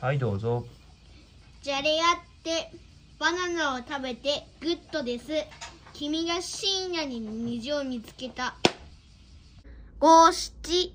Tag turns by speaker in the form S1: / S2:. S1: はいどうぞ
S2: じゃれ合ってバナナを食べてグッドです君が深夜に虹を見つけた五七